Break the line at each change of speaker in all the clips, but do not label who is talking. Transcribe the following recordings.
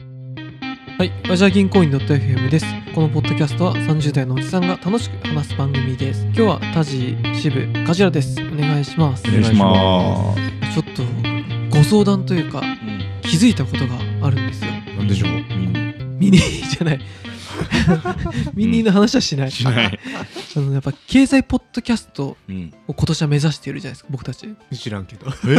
はい、バジャー銀行員 .fm です。このポッドキャストは30代のおじさんが楽しく話す番組です。今日はタジ、シブ、カジラです。お願いします。
お願いしま
ちょっとご相談というか気づいたことがあるんですよ。
す。なんでしょう。みんな
ミニじゃ ない。ミニの話はしない。
しない。
あのやっぱ経済ポッドキャスト
うん。
を今年は目指しているじゃないですか、僕たち。
知らんけど
そう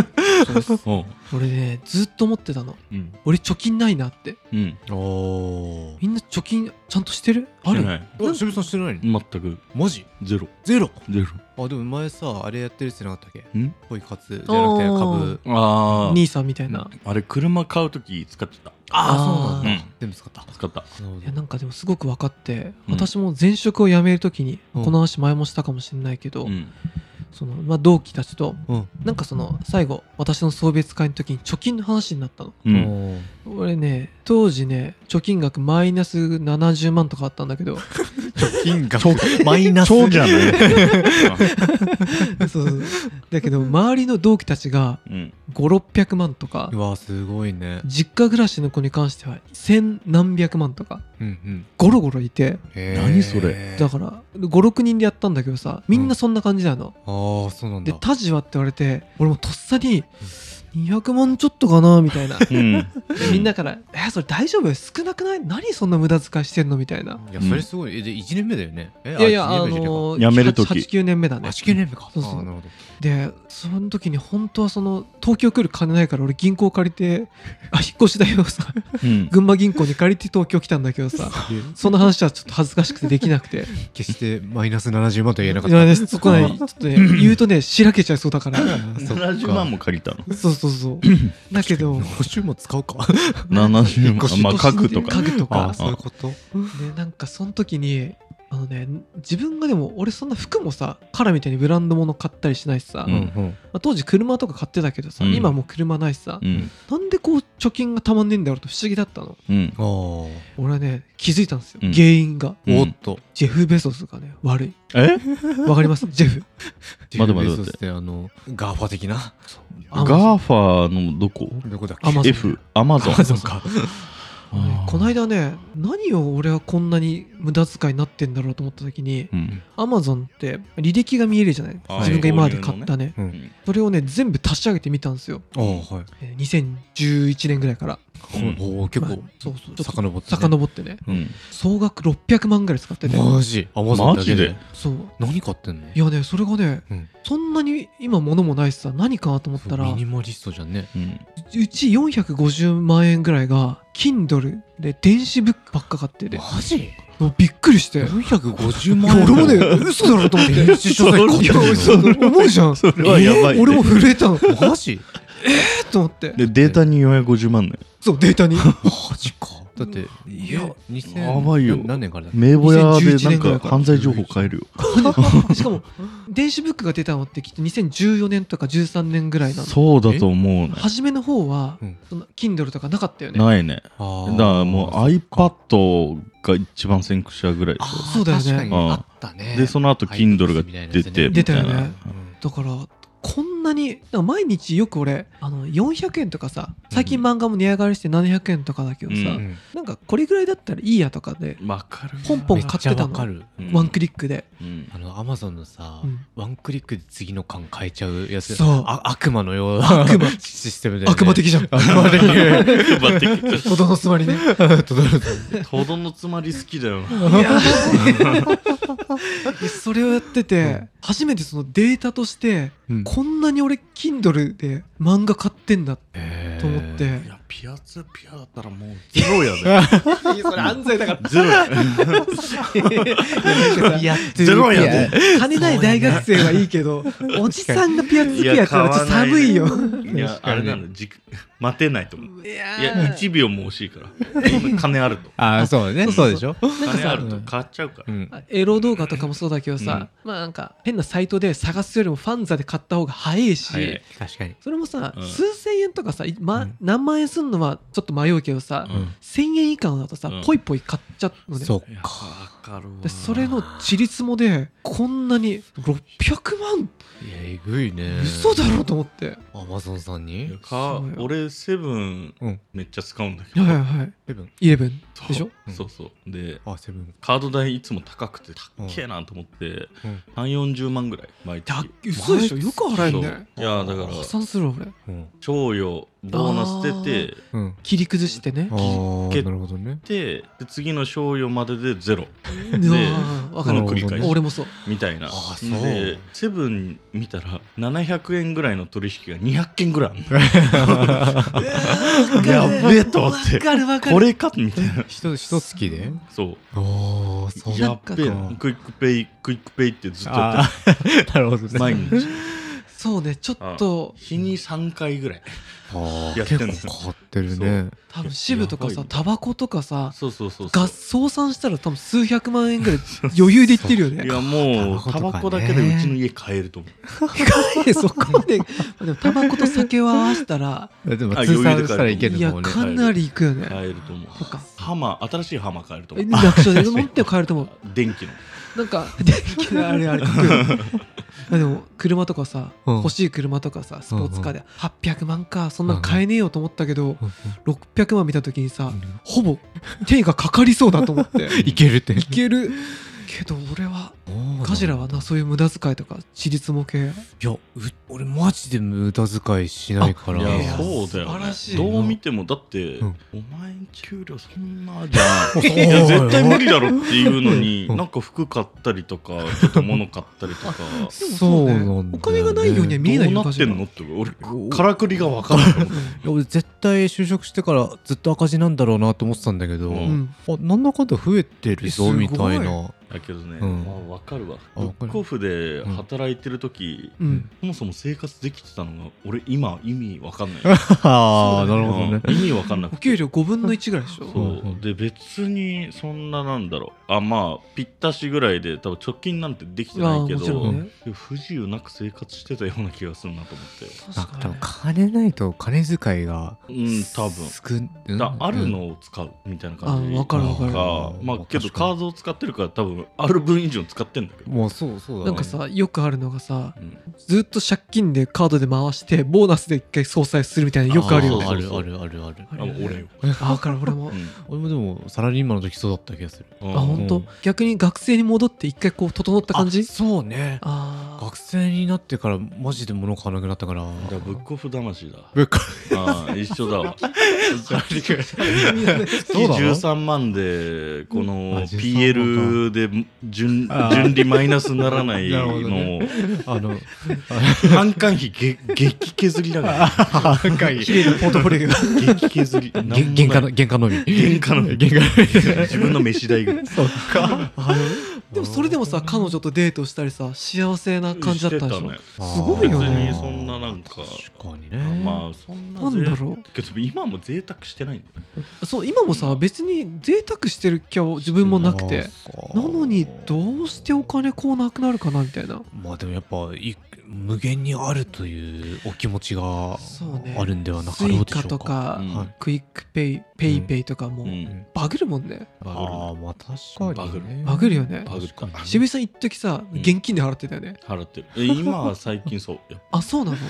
です
おう。
俺ね、ずっと思ってたの。
うん。
俺貯金ないなって。
うん。
お
みんな貯金ちゃんとしてるある
してない。
お渋さんしてないの
全く
マジ
ゼロ。
ゼロ
ゼ
あでも前さあれやってるやつじゃなかったっけ
ロ。ん？
ポイ活じゃなくて株
ああ。
兄さんみたいな。
あれ車買うとき使ってた。
あーそうなん
だ
全部使った
使った。
いやなんかでもすごく分かって、
うん
私も前職を辞める時に、
うん
この話前もしたかもしれないけど、
うん。
そのまあ、同期たちと
うん
なんかその最後私の送別会の時に貯金の話になったの
うん。
俺ね当時ね貯金額マイナス70万とかあったんだけど
貯金額マイナス
超じゃない。
そうそう だけど周りの同期たちが
うん。
5600万とか
うわすごいね
実家暮らしの子に関しては千何百万とか
うんうん
ゴロゴロいて
へー
何それ
だから56人でやったんだけどさみんなそんな感じなの、
ああそうなん
で「
だ
タジは?」って言われて俺もとっさに200万ちょっとかなみたいなで
うん。
みんなから「えそれ大丈夫少なくない何そんな無駄遣いしてんの?」みたいない
やそれすごいえで1年目だよねえ
いやいやあ
あ
の
一年目じゃ
ー、
ねえか
辞める時
89年目だね
あ9年目か
そうそう
あーなるほど
でその時に本当はその東京来る金ないから俺銀行借りて あ引っ越しだよさ
うん。
群馬銀行に借りて東京来たんだけど さその話はちょっと恥ずかしくてできなくて
決してマイナス70万とは言えなかっ
いやねそこねちょっとね言うとねしらけちゃいそうだ から
たそっか
七十万も借りたの。
そうそうそうだけど
50万使うか
七十
引っ越
万。
し
まあ家具とか
家。具とか
あそういうこと
でなんかその時にあのね自分がでも俺そんな服もさカラーみたいにブランド物買ったりしないしさ、
うん
ま
ん
あ当時車とか買ってたけどさ、
うん
今もう車ないしさ、
うん。
なんでこう貯金がたまんねえんだろうと不思議だったの
うん。
あー
俺はね気づいたんですよ、
うん
原因が
うん
おっと
ジェフ・ベソスがね悪い
え？
わかります ジェフ
待て待て待て
ジェフベゾスってあのガーファ的な
あ
ガーファーのどこ
どこだっ
アマゾン
？F アマゾン。
ゾンか
ねこの間ね何を俺はこんなに無駄遣いになってんだろうと思った時に
うん。
アマゾンって履歴が見えるじゃない
あー
自分が今まで買ったね
う
うんん
それをね全部足し上げてみたんですよ
ああはい
えー2011年ぐらいから
うん
おお結構
まあそうそうちょっと
遡ってね
遡ってね
うん。
総額600万ぐらい使ってて
マジアマゾンだけ
マジ
で
で
そう
何買ってんの
いやねそれがね、
うん
そんなに今物もないしさ何かなと思ったら
ミニマリストじゃんね
うん。
うち450万円ぐらいが Kindle で電子ブックばっか買ってて
ジ
もうびっくりして
450
い
万
や
円
俺もね嘘だろと思って
電子書籍買ったの
そう思うじゃん
それはやばいね。
俺も震えたのえ
マジ
っと思って
でデータに450万ね。
そうデータに
マジかだっていや
やばいよ
2000何年からだっけ
名簿屋でな
2011年
ん
ぐらい
か
から
犯罪情報変えるよ。
しかも電子ブックが出たのってきっと2014年とか13年ぐらいなの
そうだと思うね。
初めの方は、
うん
その Kindle とかなかったよね
ないね。
あ
だ
ー
からもう
あ
iPad が一番先駆者ぐらいでしょ
ー
そうだよね
確かに
うん
あったね
で、その後 Kindle が
iPad みたいな
出
やつ
て、
ね
出たよね
みいな
うん
だからこんなにだから毎日よく俺あの400円とかさ最近漫画も値上がりして700円とかだけどさ、
う
うん
なんかこれぐらいだったらいいやとかで
わかる。
ポンポン
めっ
買っ
ちゃ
てた
わ
の
かる
うん
ワンクリックで、
うん
あのアマゾンのさ、
うん
ワンクリックで次の缶変えちゃうやつ
そう
あ悪魔のような
悪魔
システムで、
悪魔的じゃん
悪 魔的
待って
子供のつまりねい
とどのつまり好きだよな。
やそれをやってて、初めてそのデータとして、
うん
こんなに俺 Kindle で漫画買ってんだと思って、
へ
いや、ピアツーピアだったらもうゼロや で。
それ安罪だから
ゼロや。
ーや
ゼロやで。
金ない大学生はいいけ どおじさんがピアツピアってのはちょっと寒いよ
いや、
確
あ
か
れ
に
なの、じく待てないと思う。
いや
いや、1秒も惜しいから。今金あると。
ああそうだね
そう
そうでしょ、
なんか
金あ
さ
ると買っちゃうから。
うん、
エロ動画とかもそうだけどさ、まあなんか変なサイトで探すよりもファンザで買った方が早いし、
早い
確かに、
それもさ、
うん
数千円とかさ、いま
うん
何万円すんのはちょっと迷うけどさ、
うん
千円以下のだとさ、
うん
ポイポイ買っちゃうのね
そっ
いや
か
わかるわ
でそれのちりつもでこんなに600万
いやえぐいね
嘘だろと思って、
アマゾンさん
い
に
やか
そうよ
俺セブン
うん
めっちゃ使うんだけ
は
ど
いはい
セブン
イレブン
そう
でしょ
うん
そうそうで
あセブン
カード代いつも高くて高っけえなと思って、
うん
3 4 0万ぐらい毎
だ
月
嘘でしょよく払えんね
そういやだから
破産するわ俺
うん
賞与ボーナス出て
うん
切り崩してね
け
あーなるほどね
でで次の賞与まででゼロ
うわわ
こ
かる
の繰り返
なるほど
し
俺もそう
みたいな
あーそう
でセブン見たら700円ぐらいの取引が200件ぐらいあんのやっべえと思って
わかるわかる
これかみたいな
ひとひと月で
そう
ああそう
やっべえ
なん
か
なクイックペイクイックペイってずっとや
あ
っ
ー なるほど
てる
ね
毎日
そうねちょっと
日に3回ぐらい
あー
やってんの
結構変わってるね
多分支部とか
やば
さ
いね
タバコとかさ
そうそうそうそう
が総算したら多分数百万円ぐらい余裕でいってるよね
いやもうタ
タバコとかね
バコだけでうちの家買えると思う
えそこででもタバコと酒を合わせたら
えでも
あ
通算したらいける
いや
のもね
かなりいくよね
買えると思う
そっか
ハマー新しいハマー買えると思
え
う
楽勝で持って帰ると思う
電気の
なんか電気のあれあれかっこいいよねあ でも車とかさ、
うん
欲しい車とかさスポーツカーで800万かそんなん買えねえよと思ったけど、
うん
600万見た時にさ、
うん
ほぼ手がかかりそうだと思 って
いけるって
いけるけど俺はガジラはなそういう無駄遣いとか私立模型
いやう俺マジで無駄遣いしないから
い
あ
や
ー
そ
素
うだよ
晴
ね
らしい
どう見てもだって、
うん
お前ん給料そんなじゃん
そう
いや絶対無理だろっていうのに
うん
なんか服買ったりとかちょっと物買ったりとか
でも
そう
ね
なんだよね
お金がないようには見えない
ど
よ
うなってん
ガ
のって俺
お
からくりが分からん
いや俺絶対就職してからずっと赤字なんだろうなと思ってたんだけど、
う
ジラうん
あなんだかんだ増えてる
えす
ぞ
ごい
みた いな
だけどね、
うん
まあ、分かるわブ
あ分かる
ックオフで働いてる時、
うん
そもそも生活できてたのが俺今意味分かんない
ああ、なるほどね
うん意味分かんな
お
くて
給料5分の1ぐらいでし
そ
ょ
う、
うん
で別にそんななんだろうあまあぴったしぐらいで多分貯金なんてできて
あ
ない
あ
け
も
ど
ちろんね
不自由なく生活してたような気がするなと思って
あ
確か
多
に
分金ないと金遣いが
うん多分
少んうん
だあるのを使うみたいな
あ
感じ
分かる分かる
あ
かまあ
まあ
けど
確かに
カードを使ってるから多分ある分以上使ってんだけど、
もうそうそうだ、ね、
なんかさよくあるのがさ
うん
ずっと借金でカードで回してボーナスで一回総裁するみたいなよくあるよね
あるあるあるある
あ
あ
るよね
俺よ、
あ分かる俺も
俺もでもサラリーマンの時そうだった気がする
うん
あ本
う
当
ん
逆に学生に戻って一回こう整った感じ
あそうね
あ
学生になってからマジで物買わなくなったから
だからブックオフ魂だ
ぶっか
ああ一緒だわ
あ
月
そうなの
13万でこの
あ13
PL で純
あ
純利マイナスにならない
なるほど
のを
ねあの
反感費げ激削りだ か
赤い綺麗なポートフォ リオ
ら激削りなんもない
原価の原価のみ
原価のみ
原価のみ
自分の飯代が
そっか
でもそれでもさ彼女とデートしたりさ幸せな感じだったでしょ
ね
すごいよね
別にそんななんか
確かに
あ
ね
まあそんな
なんだろ
うけど今も贅沢してないんだよね
うそう今もさ別に贅沢してる気は自分もなくてなのにどうしてお金こうなくなるかなみたいな
まあでもやっぱい無限にあるというお気持ちが
そうね
あるんではなか
ス
ろう
イ
でし
カ
ょうか
とか
うん
はい
クイックペイペイペイとかも
うん
バグるもんね
バグる
ああまあ確かにね
バグるよね
バグった
確かに
渋井さん一時さ
うん
現金で払ってたよね
払ってるえ今は最近そうやっ
あそうなの
ぱ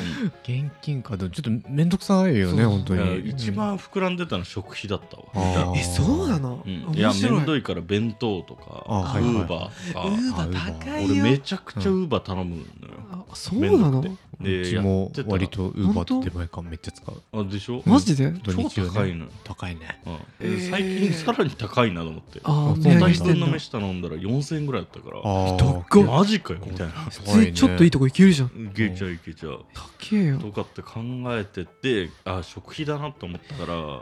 現金かでもちょっと面倒くさいよね
そう
本当
うんいや
に
一番膨らんでたのは食費だった
あ
わ
ー
えそうなの
うんいや
面
め
白
ん
い
どいから弁当とかウ
あ
はい
ーバーとか
ウーバ
あウーバ
ー
ー
高い
俺
よ
めちゃくちゃウーバー頼むのよ
あそうなの
面倒くて
う
で
ちも
やってたら
割とウーバ
本当
ーって前からめっちゃ使う
あでしょ
マジで
土
超
日はね
高いのよ
高いね
うん
えー
最近さらに高いなと思って
ああ
そう
値上げ
なんだ
大
してん
分
だ
の飯頼んだら4000円ぐらいだったから
ああ
どっか
マジかよみたいな
普通にちょっといいとこ行けるじゃん
いけちゃういけちゃう
高えよ
とかって考えててあ食費だなと思ったから
うん
は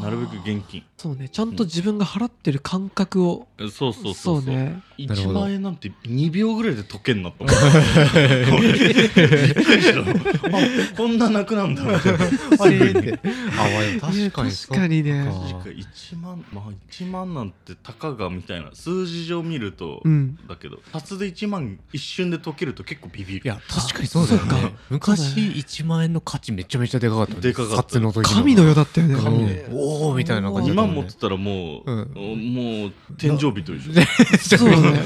あ
なるべく現金
そうねちゃんと自分が払ってる感覚を
えそうそ
そ
うそううそう
ね
なる
1
ほど
万円なんて2秒ぐらいで溶けんな と思ったびっくりしたあこんななくなんだみたいな
あれってあまあでも
いや
確かに
確かにね
あー
確か1万まあ1万なんてたかがみたいな数字上見ると、
うん
だけど札で1万一瞬で溶けると結構ビビる
いや確かにそうだよ
そう
ね
か
昔1万円の価値めちゃめちゃでかかったよね
でかかった
札の時の
神の世だったよね
神
ね
ね
うんおおみたいな感じ
2
だった
万持
もん
っ
ね
てたらもう、
うん
もう天井人でしょ
そうだね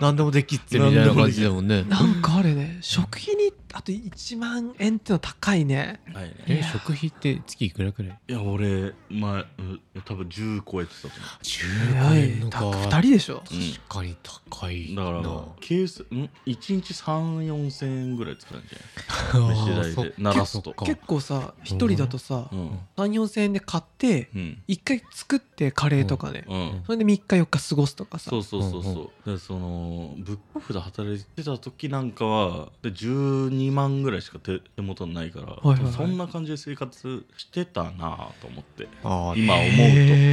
何でもできっぜみたいな感じだもんね
なんかあれね食費にあと1万円っての高いね
はいね
え食費って月いくらくらい
いや俺前うん多分10超えてたと思う
?15 円のか
高い2人でしょ
うん
確かに高い
だ
な
から計算ん1日34000円ぐらい使ったんじ
あ
ゃない
ー
飯
そっ
代 で
か
鳴らすと
そっか
結構さ1人だとさ
うん
34000円で買って
うん
1回作ってカレーとかね
うん
それで3日4日過ごすとかさ
そうそうそうそうでそのブックオフで働いてた時なんかはで12万ぐらいしか手手元にないから、
はいはい
そんな感じで生活してたなぁと思って
あー
今思うと。
へ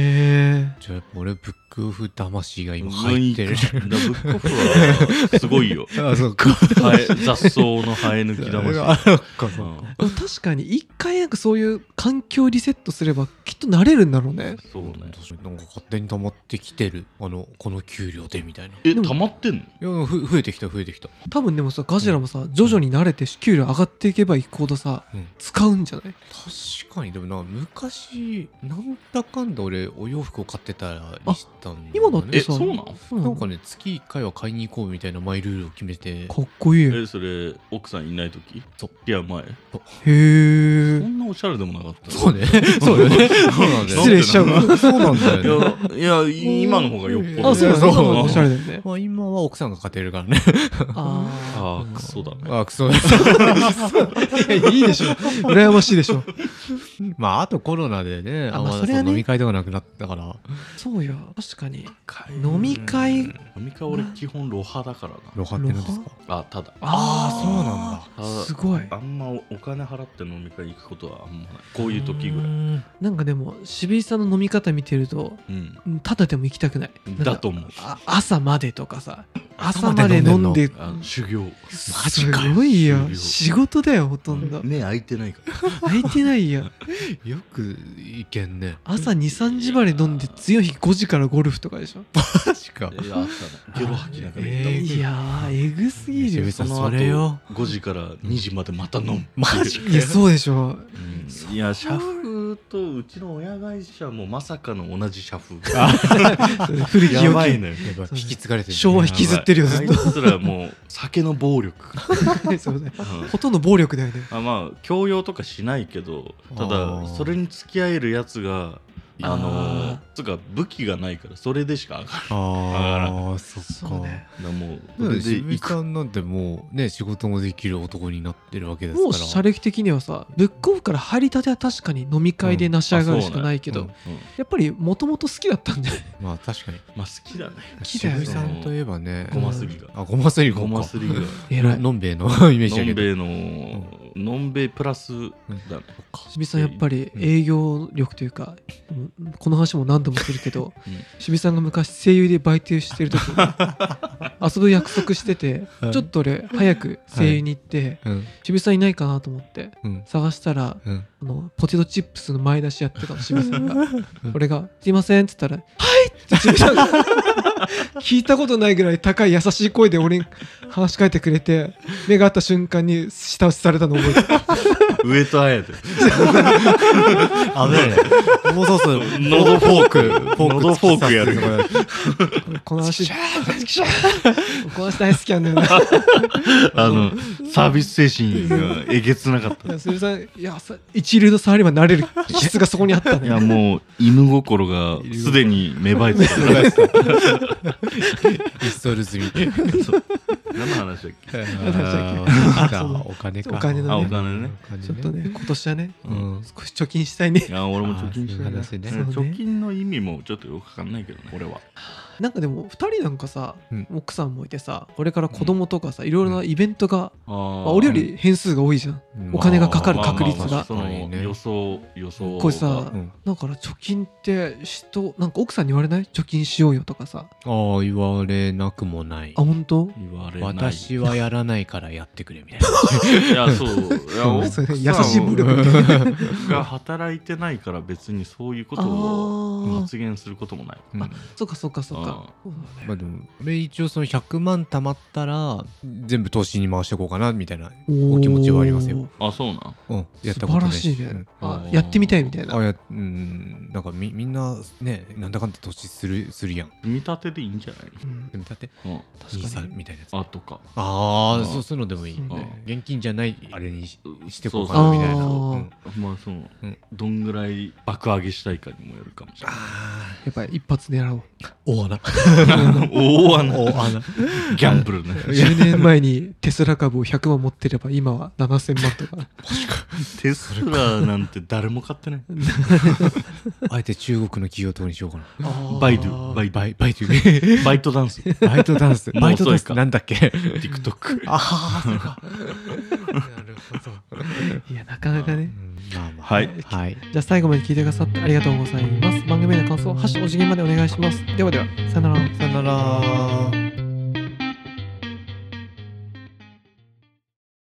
ー
じゃあやっぱ俺ブックオフ魂が今入ってる
だからブックオフ はすごいよ
あそっか
生え雑草の生え抜き魂
あそっか
う
そっか
ん
でも確かに1回なんかそういう環境リセットすればきっと慣れるんだろうね
そうね
確かになんか勝手に溜まってきてるあのこの給料でみたいない
え
でも
溜まってんの
やふ増えてきた増えてきた
多分でもさガジラもさ徐々に慣れて給料上がっていけばいくほどさ
うん
使うんじゃない
確かにでもな昔なんだかんだ俺お洋服を買ってたりしたんだ、ね、
今だって
え
さ
そうなん
なんかね月1回は買いに行こうみたいなマイルールを決めて
かっこいいへ
えそれ奥さんいない時そっきや前そ
え
んなおしゃれでもなかった
そう ねそうよねそうなんだよ
失礼しちゃうわ
そうなんだよね
いやいや今の方がよっぽど
あそう
だ
そうそうお
お
し
し
ゃ
ゃ
れ
れ
だよね
まあ今は奥さんが買ってるからね
あ
あークソだね
あクソ
あいいでしょ羨ましいでしょ
まああとコロナでね
あ
あん
まあ
まそ
それはね
の飲み会とかなくなったから
そうよ確かに飲み会
飲み会俺基本ロハだからな
ロハってなんですか
あただ
ああそうなん
そうなん
だ
だ
すごい
あんまお金払って飲み会行くことはあんまないこういう時ぐらい
い
なんかでも渋井さんの飲み方見てると
うん
うんただでも行きたくないなんか
だと思う
あ朝までとかさ朝
朝
ま
ま
で
で
飲
飲
ん
ん
で
で
あ修行
マジかよ
すごいよ
終了
仕事だよほとんど
目開いてな いから
空いてないよ
よくいけ んね
朝23時まで飲んで次の日5時からゴルフとかでしょ
確か
いや朝だゲロ吐きながら行ったもん
え
いやーえぐすぎるよ
渋井さん
その後
それよ
5時から2時までまた飲む
マジ
いやそうでしょ
うんいや社風とうちの親会社もまさかの同じ社風
古き良き
やばいね
やばい引き継がれてる ね
昭和引きずってるよずっと
あいつらもう酒の 暴力
そうね
うん
ほとんど暴力だよね
あまあ強要とかしないけどた
あ
だ
ー
それに付き合えるやつがあの
あ
ーつうか武器がないからそれでしか上がら
ああそっ
そう
か
ね
んだも
で
う
も
それ
渋
で
井
いく
さんなんてもうね仕事もできる男になってるわけですから
もう社歴的にはさブックオフから入りたては確かに飲み会で成し上がるしかないけど、
うん
うん
やっぱりもともと好きだったんじゃない
まあ確かに
まあ好きだね
きだよね
渋井さんといえばね
ごますりが
あごますりご
ご
ま
ますりが
偉い
のんべいの イメージ
の
だ
ん
けど
べいののんべいプラスだね
渋井さんやっぱり営業力というか、うんこの話も何度もするけ ど、
うん
渋井さんが昔声優でバイトしてる時 に遊ぶ約束してて、
はい
ちょっと俺早く声優に行って、
うん
渋井さんいないかなと思って
うん
探したら
うん
あのポテトチップスの前出しやってたの渋井さんが
ん
俺が「すいません」っつったら「はい!」って渋井さん が聞いたことないぐらい高い優しい声で俺に話しかけてくれて目が合った瞬間に下打ちされたの覚えてる
上とあ やで
危ないねもうそうそう
喉フォーク喉フォークやる
この話、この話大好きなんだよな。
あのサービス精神がえげつなかった
それさん、いや、さ一流の触ればなれる質がそこにあった
い
ね。
やもう犬心がすでに芽生えてた
ピスト ル済み
何の話だっけ
あ
あ
そう
お金か
お金の
あお金ね
お金
ちょっとね、今年はね、
うん
少し貯金したいね
い。や俺も貯金して
あーそういう話ね
そうね
貯金の意味もちょっとよくわかんないけどね俺は
なんかでも、二人なんかさ
うん、
奥さんもいてさ、これから子供とかさ、いろいろなイベントが、
あ
まあ俺より変数が多いじゃん。お金がかかる確率が
まあまあまあそ
確かに
の
ね
予想予想
これさ
うん
だから貯金って人なんか奥さんに言われない貯金しようよとかさ
ああ言われなくもない
あ本当
言われない
私はやらないからやってくれみたいない
やそういや奥
そ
さ
れ
ん
優しい武力
が働いてないから別にそういうことを
あー
発言することもない
うん
あそうかそうかそうったそうだね
まあでも俺一応その100万貯まったら全部投資に回していこうかなみたいなお気持ちはありますよ
あそうなん
うんやっ
素
たこ
晴
と
ら
ない
しい
うん
ね
あ
あやってみたいみたいな
あやうんなんかみみんなねなんだかんだ投資するするやん
組み立てでいいんじゃない
うん
でもだって
うん
確か
23
に
みたいなやつ
あとか
あ
あ
あそうそういうのでもいい
そう
ね
うん現金じゃないあれにししてこうか
そ
な
う
み
そう
たいな
あー
うん
まあその、
うん
どんぐらい爆上げしたいかにもよるかもしれない
あ
やっぱり一発狙おう
ー大穴
大穴
大穴
ギャンブルね
10年前にテスラ株を100万持ってれば今は7000万とか
テスラなんて誰も買ってない
あえて中国の企業とかにしようかな
バイドゥバイ
バイバイトバ
バイトダンス
イトダンス
もう
バイトダンス
遅いか
なんだっけ
TikTok
あ あそうかなるほど
いやなかなかね
まあまあ
はい
はい
じゃあ最後まで聞いてくださってありがとうございます番組への感想は「ハッシュおじげん」までお願いしますではではさよなら
さよなら